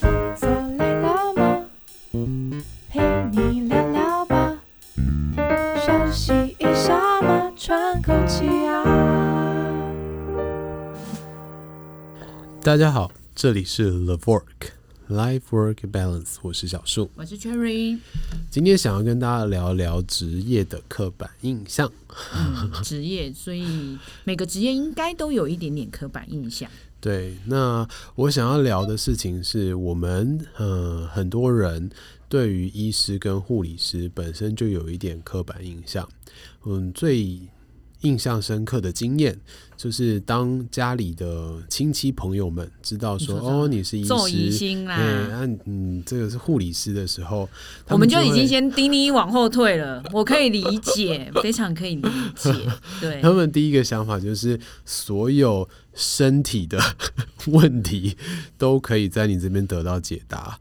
坐累了吗？陪你聊聊吧，休息一下嘛，喘口气啊。大家好，这里是 Love Work Life Work Balance，我是小树。我是 Cherry，今天想要跟大家聊聊职业的刻板印象。嗯职业，所以每个职业应该都有一点点刻板印象。对，那我想要聊的事情是我们呃很多人对于医师跟护理师本身就有一点刻板印象。嗯，最印象深刻的经验就是当家里的亲戚朋友们知道说你说哦你是医师，做疑心啦嗯，那、嗯这个是护理师的时候，他我们就会已经先滴你往后退了，我可以理解，非常可以理解。对他，们第一个想法就是，所有身体的 问题都可以在你这边得到解答。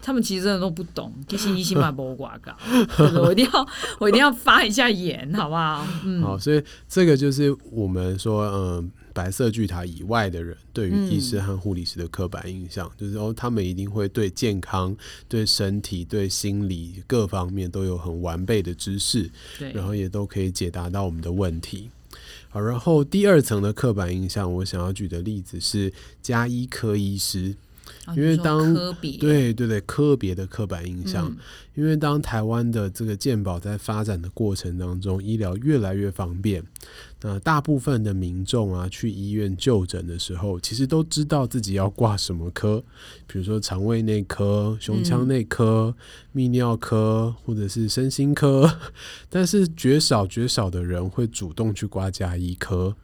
他们其实真的都不懂，其实一心嘛不广告，对的我一定要我一定要发一下言，好不好？嗯，好，所以这个就是我们说，嗯、白色巨塔以外的人对于医嗯师和护理师的刻板印象，就是哦，他们一定会对健康、对身体、对心理各方面都有很完备的知识，对，然后也都可以解答到我们的问题。好，然后第二层的刻板印象，我想要举的例子是加医科医师。哦因为你说当科比，对对对，科别的刻板印象，因为当台湾的这个健保在发展的过程当中，医疗越来越方便，那大部分的民众啊，去医院就诊的时候，其实都知道自己要挂什么科，比如说肠胃内科、胸腔内科、泌尿科，或者是身心科， 但是绝少绝少的人会主动去挂加医科。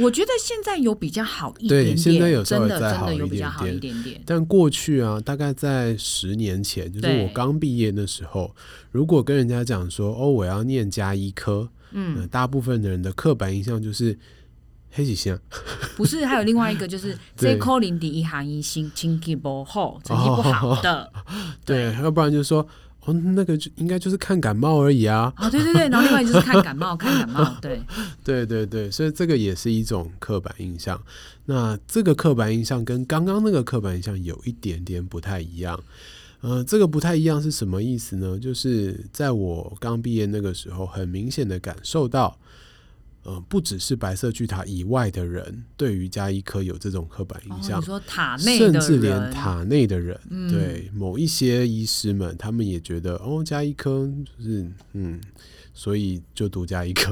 我觉得现在有比较好一对点点，现在有稍真微的再真好的有一比较点好一点点点。但过去啊，大概在十年前，就是对我刚毕业那时候，如果跟人家讲说哦，我要念加医科，嗯、嗯，大部分的人的刻板印象就是黑啊起先不是，还有另外一个就是 对这扣零第一行一星经济不好，成绩不 好的。对，要不然就说哦，那个就应该就是看感冒而已啊，哦，对对对，然后另外就是看感冒，看感冒， 对，对对对，所以这个也是一种刻板印象。那这个刻板印象跟刚刚那个刻板印象有一点点不太一样。呃，这个不太一样是什么意思呢？就是在我刚毕业那个时候，很明显的感受到，呃，不只是白色巨塔以外的人对于加医科有这种刻板哦印，象你，说塔内甚的人，嗯至连塔内的人，对某一些医师们，他们也觉得哦，加医科就是嗯，所以就读加医科。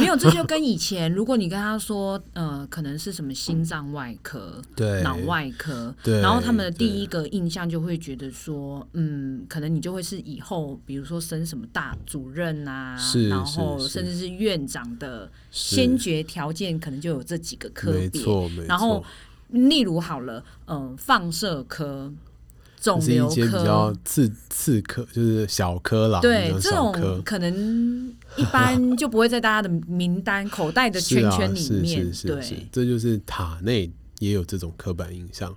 没有，这就跟以前，如果你跟他说，呃，可能是什么心脏外科、对，脑外科，对然后他们的对第一个印象就会觉得说，嗯，可能你就会是以后，比如说升什么大主任啊，是然是后是甚至是院长的是先决条件，可能就有这几个科没别，错，没错。然后例如好了，嗯、放射科、肿这是瘤一科，些比较刺刺科，就是小科啦，比对较这小种科可能一般就不会在大家的名 单、口袋的圈圈里面。啊是啊、是是对，是是，这就是塔内也有这种刻板印象。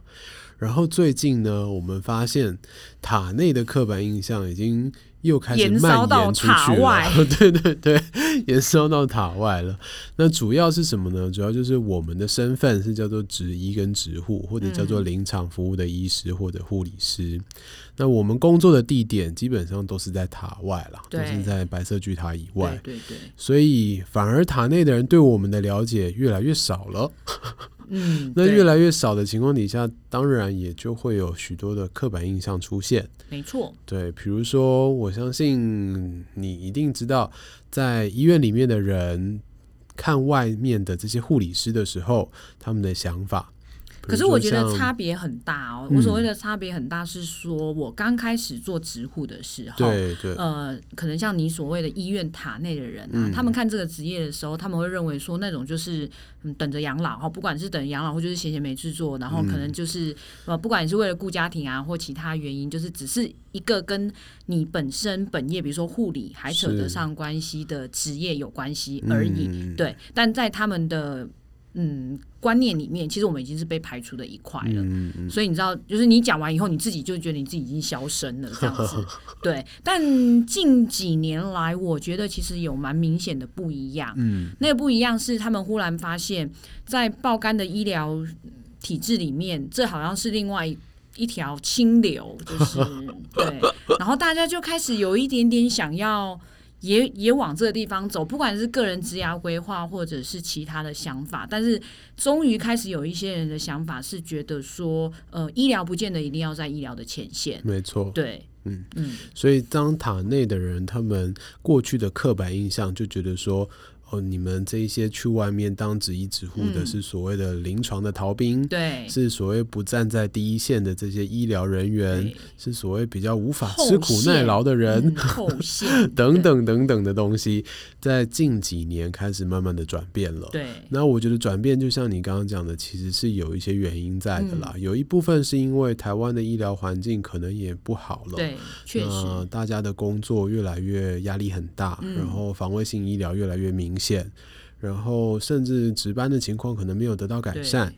然后最近呢，我们发现塔内的刻板印象已经又开始延蔓烧到延出塔去外了， 对对对，延烧到塔外了。那主要是什么呢？主要就是我们的身份是叫做职医跟职护，或者叫嗯做临场服务的医师或者护理师。那我们工作的地点基本上都是在塔外啦，都对是在白色巨塔以外。对对对，所以反而塔内的人对我们的了解越来越少了。嗯，那对越来越少的情况底下，当然也就会有许多的刻板印象出现。没错，对，比如说，我相信你一定知道，在医院里面的人看外面的这些护理师的时候，他们的想法。可是我觉比如得说差像别很大哦。嗯我所谓的差别很大是说，我刚开始做直护的时候，对对呃，可能像你所谓的医院塔内的人啊，嗯他们看这个职业的时候，他们会认为说那种就是嗯等着养老哈，不管是等着养老，或就是闲闲没事做，然后可嗯能就是、呃，不管是为了顾家庭啊或其他原因，就是只是一个跟你本身本业，比如说护理还扯得是上关系的职业有关系而已。嗯对，但在他们的嗯观念里面，其实我们已经是被排除的一块了。嗯嗯，所以你知道，就是你讲完以后，你自己就觉得你自己已经消声了，这样嗯子。对，但近几年来，我觉得其实有蛮明显的不一样。嗯，那个不一样是他们忽然发现，在爆肝的医疗体制里面，这好像是另外一。一条清流，就是 对，然后大家就开始有一点点想要也也往这个地方走，不管是个人职涯规划或者是其他的想法，但是终于开始有一些人的想法是觉得说，呃，医疗不见得一定要在医疗的前线， 没错。对，嗯嗯，所以当塔内的人，他们过去的刻板印象就觉得说，哦，你们这一些去外面当职医职护的嗯是所谓的临床的逃兵，对，是所谓不站在第一线的这些医疗人员对，是所谓比较无法后吃苦耐线劳的人。嗯后线等，等等等的东西，在近几年开始慢慢的转变了。对对那我觉得转变就像你刚刚讲的，其实是有一些原因在的啦。嗯有一部分是因为台湾的医疗环境可能也不好了，对，确那实，大家的工作越来越压力很大，嗯然后防卫性医疗越来越明显，然后甚至值班的情况可能没有得到改对善。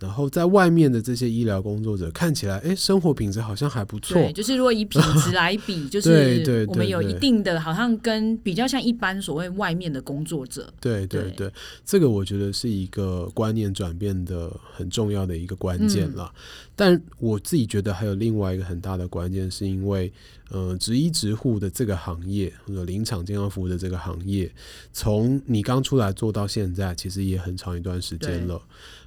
然后在外面的这些医疗工作者看起来，哎，生活品质好像还不错，对，就是如果以 品质来比，就对对是我们对有一对定的，好像跟比较像一般所谓外面的工作者，对对对对，这个我觉得是一个观念转变的很重要的一个关嗯键啦。但我自己觉得还有另外一个很大的关键，是因为呃，职医职护的这个行业，或者临场健康服务的这个行业，从你刚出来做到现在，其实也很长一段时间了。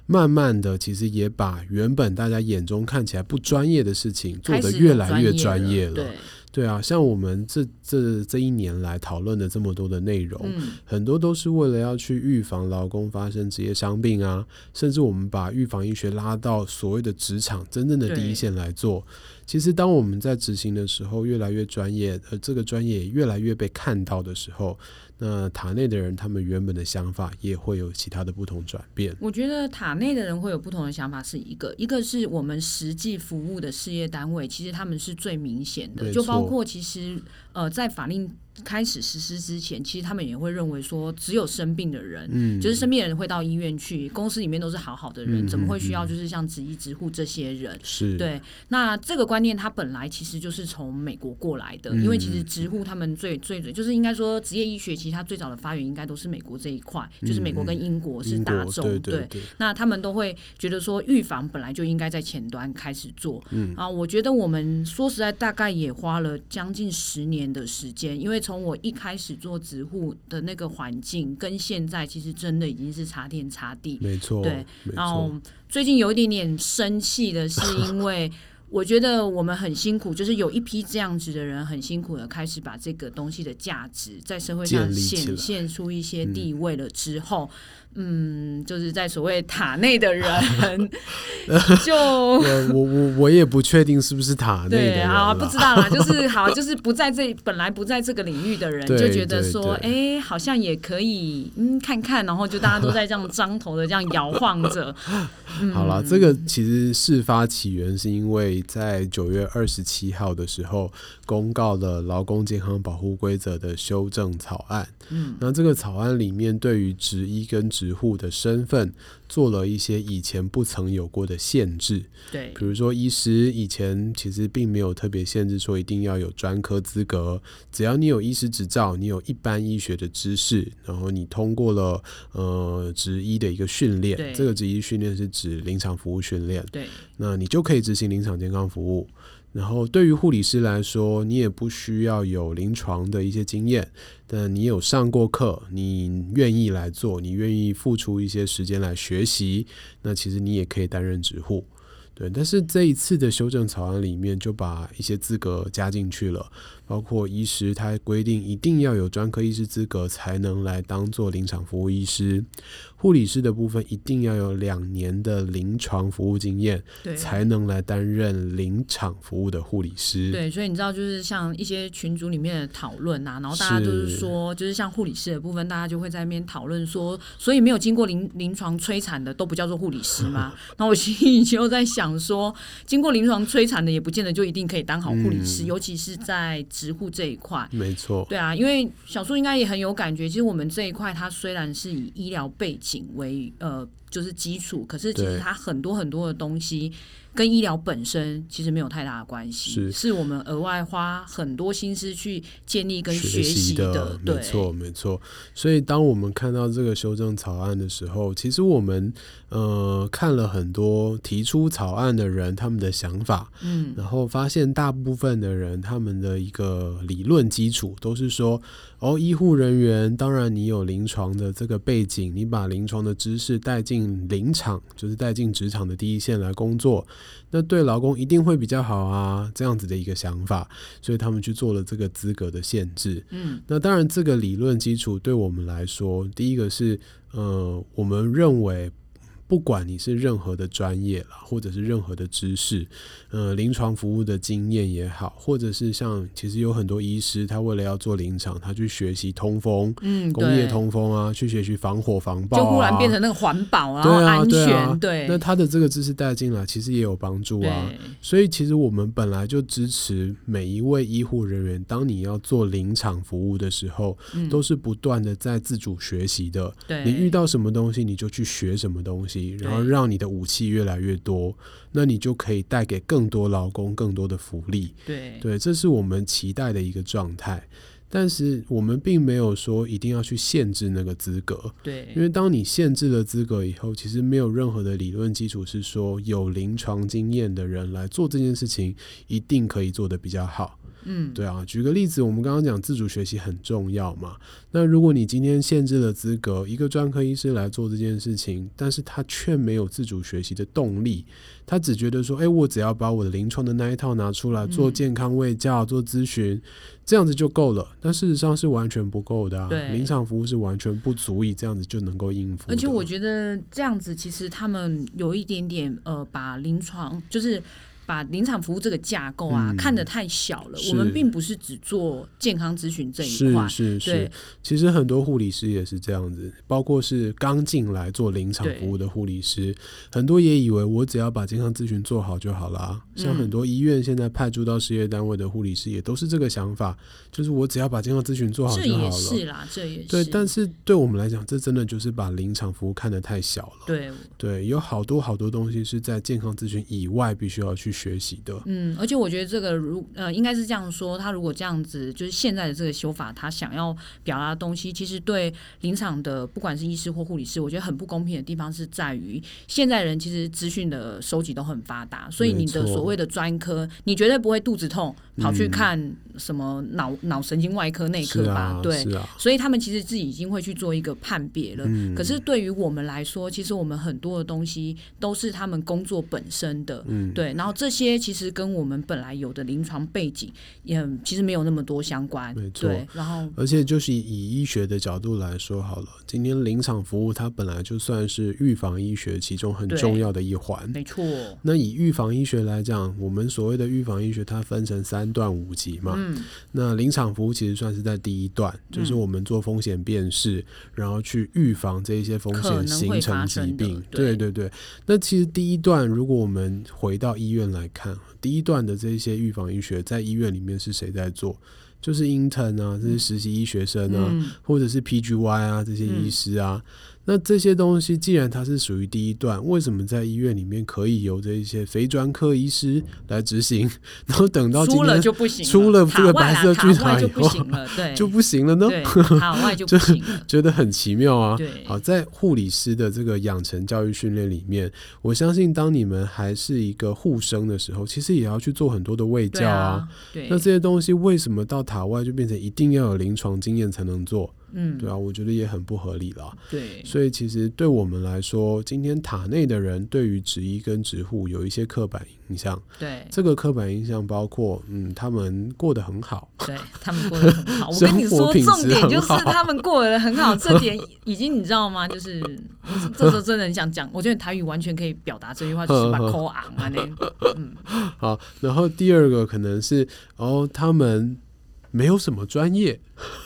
慢慢的，其实也把原本大家眼中看起来不专业的事情，做开得始越有来越专专业了，了。对，对啊，像我们这这这一年来讨论的这么多的内容，嗯，很多都是为了要去预防劳工发生职业伤病啊，甚至我们把预防医学拉到所谓的职场真正的第一对线来做。其实，当我们在执行的时候越来越专业，而这个专业也越来越被看到的时候，那塔内的人他们原本的想法也会有其他的不同转变。我觉得塔内的人会有不同的想法，是一个，一个是我们实际服务的事业单位，其实他们是最明显没的，就包错括其实呃，在法令开始实施之前，其实他们也会认为说，只有生病的人，嗯，就是身边的人会到医院去，公司里面都是好好的人，嗯怎么会嗯需要嗯就是像职医职护这些人？是，对，那这个观念它本来其实就是从美国过来的，嗯因为其实直呼他们最最最就是应该说职业医学，其实它最早的发源应该都是美国这一块，就是美国跟英国是嗯英大国众，对对对，那他们都会觉得说，预防本来就应该在前端开始做。嗯啊，我觉得我们说实在，大概也花了将近十年的时间，因为从我一开始做植护的那个环境，跟现在其实真的已经是差天差地。没错，对没然错后，最近有一点点生气 的是，因为我觉得我们很辛苦，就是有一批这样子的人很辛苦的开始把这个东西的价值在社会建上立起来显现出一些地位了之后，嗯就是在所谓塔内的人 就。呃我我我我也不确定是不是塔内的对人啊，不啦知道啦，就是好，就是不在这本来不在这个领域的人，对就觉得对说，哎、对好像也可以，嗯，看看，然后就大家都在这样张头的这样摇晃着， 嗯好了，这个其实事发起源是因为在九月二十七号的时候公告了《劳工健康保护规则》的修正草案。嗯，那这个草案里面对于职医跟职护的身份做了一些以前不曾有过的限制，对，比如说医师以前其实并没有特别限制说一定要有专科资格，只要你有医师执照，你有一般医学的知识，然后你通过了呃执医的一个训练对，这个执医训练是指临场服务训练，对，那你就可以执行临场健康服务。然后对于护理师来说，你也不需要有临床的一些经验，但你有上过课，你愿意来做，你愿意付出一些时间来学习，那其实你也可以担任职护。对，但是这一次的修正草案里面就把一些资格加进去了，包括医师，他规定一定要有专科医师资格才能来当做临场服务医师，护理师的部分一定要有两年的临床服务经验，对，才能来担任临场服务的护理师。对，所以你知道，就是像一些群组里面的讨论啊，然后大家就是是说，就是像护理师的部分，大家就会在那边讨论说，所以没有经过临临床摧残的都不叫做护理师 吗？然后我心里就在想说，经过临床摧残的也不见得就一定可以当好护理嗯师，尤其是在植护这一块。没错，对啊，因为小树应该也很有感觉。其实我们这一块，它虽然是以医疗背景为呃就是基础，可是其实对它很多很多的东西跟医疗本身其实没有太大的关系，是我们额外花很多心思去建立跟学习的，对没，错，没错。所以当我们看到这个修正草案的时候，其实我们呃看了很多提出草案的人他们的想法，嗯，然后发现大部分的人他们的一个理论基础都是说，哦，医护人员，当然你有临床的这个背景，你把临床的知识带进临场，就是带进职场的第一线来工作，那对劳工一定会比较好啊，这样子的一个想法，所以他们去做了这个资格的限制。嗯，那当然，这个理论基础对我们来说，第一个是，呃，我们认为，不管你是任何的专业啦，或者是任何的知识，呃，临床服务的经验也好，或者是像其实有很多医师，他为了要做临场，他去学习通风、嗯，工业对通风啊，去学习防火防爆、啊，就忽然变成那个环保，然后对啊安对啊全，对那他的这个知识带进来，其实也有帮助啊。对所以其实我们本来就支持每一位医护人员，当你要做临场服务的时候，嗯哎都是不断的在自主学习的。对，你遇到什么东西，你就去学什么东西，然后对让你的武器越来越多，那你就可以带给更多劳工更多的福利。对对，这是我们期待的一个状态。但是我们并没有说一定要去限制那个资格，对因为当你限制了资格以后，其实没有任何的理论基础是说有临床经验的人来做这件事情，一定可以做得比较好。嗯，对啊，举个例子，我们刚刚讲自主学习很重要嘛。那如果你今天限制了资格，一个专科医师来做这件事情，但是他却没有自主学习的动力，他只觉得说，哎，我只要把我的临床的那一套拿出来做嗯健康卫教、做咨询，这样子就够了。但事实上是完全不够的啊，对临场服务是完全不足以这样子就能够应付的。而且我觉得这样子，其实他们有一点点呃，把临床就是把临场服务这个架构啊、嗯看得太小了。是我们并不是只做健康咨询这一是块，是是对，其实很多护理师也是这样子，包括是刚进来做临场服务的护理师，很多也以为我只要把健康咨询做好就好啦。像嗯很多医院现在派驻到事业单位的护理师也都是这个想法，就是我只要把健康咨询做好这就好也了。是啦，这也是对，但是对我们来讲，这真的就是把临场服务看得太小了。对对，有好多好多东西是在健康咨询以外必须要去学习的。嗯，而且我觉得这个如呃，应该是这样说，他如果这样子，就是现在的这个修法，他想要表达的东西，其实对临场的不管是医师或护理师，我觉得很不公平的地方是在于，现在人其实资讯的收集都很发达，所以没你的错所谓的专科，你绝对不会肚子痛跑去嗯看什么脑脑神经外科内是科吧？啊，对是，啊，所以他们其实自己已经会去做一个判别了。嗯可是对于我们来说，其实我们很多的东西都是他们工作本身的，嗯对。然后这些其实跟我们本来有的临床背景也其实没有那么多相关没，错对。然后而且就是以医学的角度来说好了，今天临场服务它本来就算是预防医学其中很对重要的一环。没错，那以预防医学来讲，我们所谓的预防医学，它分成三段五级嘛。嗯，那临场服务其实算是在第一段，就是我们做风险辨识，然后去预防这一些风可险能形会发成疾生的病。对对对，那其实第一段，如果我们回到医院来看，第一段的这些预防医学在医院里面是谁在做？就是 intern 啊，这些实习医学生啊，嗯，或者是 PGY 啊这些医嗯师啊，那这些东西既然它是属于第一段，为什么在医院里面可以由这一些非专科医师来执行， 然后等到今出了天就不行了，出了这塔个外白啦色塔巨外塔就以不后 行了，对，就不行了呢？对，塔外就不 行了，觉得很奇妙啊。对，好，在护理师的这个养成教育训练里面，我相信当你们还是一个护生的时候，其实也要去做很多的卫对教啊，对，那这些东西为什么到塔外就变成一定要有临床经验才能做？嗯，对啊，我觉得也很不合理啦。对，所以其实对我们来说，今天塔内的人对于职医跟职护有一些刻板印象。对，这个刻板印象包括，嗯，他们过得很好， 对他们过得很好。我跟你生活说，品质重点很就是好他们过得很好，这点已经你知道吗？就是这时候真的很想讲，我觉得台语完全可以表达这句话，就是把抠昂 啊那，好。然后第二个可能是，哦，他们没有什么专业，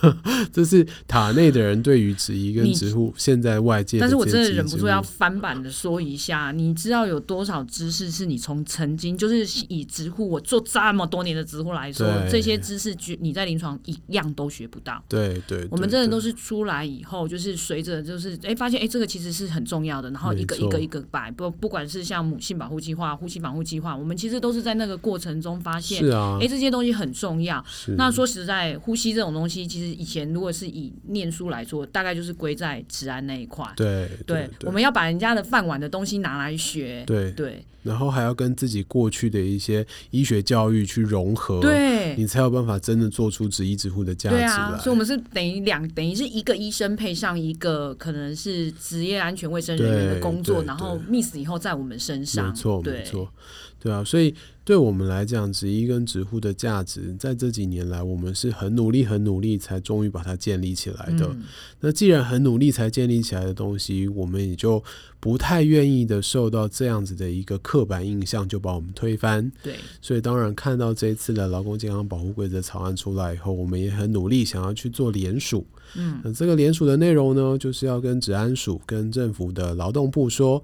这是塔内的人对于植医跟你植护现在外界但的是我这真的些忍不植住物要翻版的说一下，你知道有多少知识是你从曾经就是以直呼我做这么多年的直呼来说，对这些知识居你在临床一样都学不到。对对，我们对真的对都是出来以后，就是随着就是哎发现哎这个其实是很重要的，然后一个没错一个一个摆，不不管是像母性保护计划、呼吸保护计划，我们其实都是在那个过程中发现是，啊哎、，这些东西很重要。是啊那说实在，呼吸这种东西，其实以前如果是以念书来说，大概就是归在治安那一块。对对，我们要把人家的饭碗的东西拿来学。对，对然后还要跟自己过去的一些医学教育去融合，，对你才有办法真的做出执医植护的价值对来。啊，所以我们是等于两，等于是一个医生配上一个可能是职业安全卫生人员的对工作，对然后对 miss 以后在我们身上。没错，对没错，对啊，所以对我们来讲，植医跟植护的价值，在这几年来，我们是很努力、很努力，才终于把它建立起来的。嗯那既然很努力才建立起来的东西，我们也就不太愿意的受到这样子的一个刻板印象，就把我们推翻。对，所以当然看到这一次的劳工健康保护规则草案出来以后，我们也很努力想要去做联署。嗯，那这个联署的内容呢，就是要跟治安署、跟政府的劳动部说，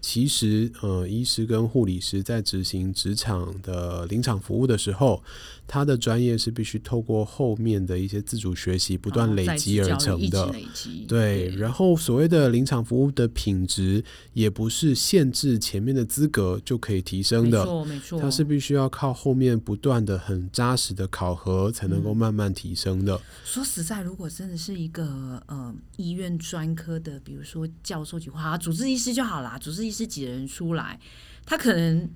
其实呃，医师跟护理师在执行职场的临场服务的时候，他的专业是必须透过后面的一些自主学习不不断累积而成的。累积。对，然后所谓的临场服务的品质，也不是限制前面的资格就可以提升没的。错没错，它是必须要靠后面不断的很扎实的考核，才能够嗯慢慢提升的。说实在，如果真的是一个呃医院专科的，比如说教授级或啊主治医师就好啦，主治医师几人出来，他可能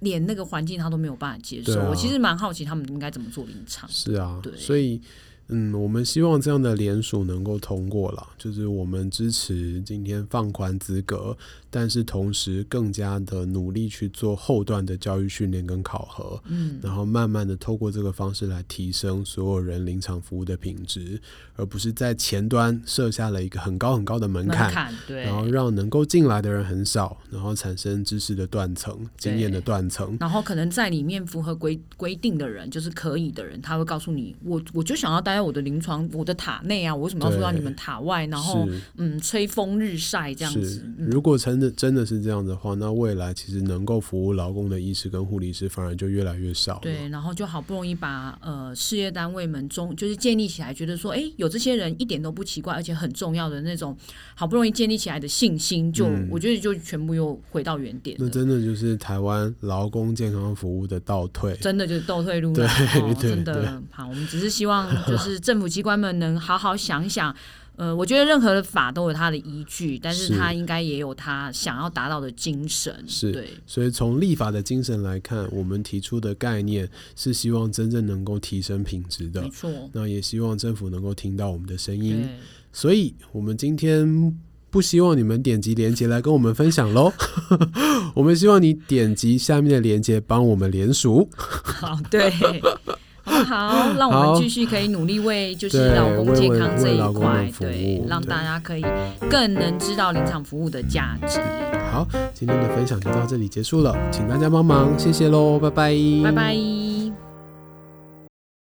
连那个环境他都没有办法接受。对啊我其实蛮好奇他们应该怎么做临场。是啊对，所以嗯，我们希望这样的联署能够通过了，就是我们支持今天放宽资格，但是同时更加的努力去做后段的教育训练跟考核，嗯，然后慢慢的透过这个方式来提升所有人临场服务的品质，而不是在前端设下了一个很高很高的门门槛。槛对，然后让能够进来的人很少，然后产生知识的断层、经验的断层。然后可能在里面符合规规定的人，就是可以的人，他会告诉你，我我就想要待在我的临床我的塔内啊，我为什么要对说到你们塔外？然后是嗯，吹风日晒这样是子，，嗯如果真的真的是这样的话，那未来其实能够服务劳工的医师跟护理师反而就越来越少了。对，然后就好不容易把呃事业单位们中就是建立起来，觉得说，哎，有这些人一点都不奇怪，而且很重要的那种，好不容易建立起来的信心，就、嗯我觉得就全部又回到原点那了。真的就是台湾劳工健康服务的倒退。真的就是倒退路对了，哦、 对真对的好。我们只是 希望就是政府机关们能好好想想，呃，我觉得任何的法都有它的依据，但是是它应该也有它想要达到的精神。是对，所以从立法的精神来看，我们提出的概念是希望真正能够提升品质没的。错，那也希望政府能够听到我们的声音。对。所以我们今天不希望你们点击链接来跟我们分享喽， 我们希望你点击下面的链接帮我们联署，好，对， 好不好？让我好们继续可以努力为就是对老公健康这为为一劳工块们，服对务，让对大家可以更能知道临场服务的价值。嗯好，今天的分享就到这里结束了，请大家帮忙，谢谢喽，拜拜，拜拜。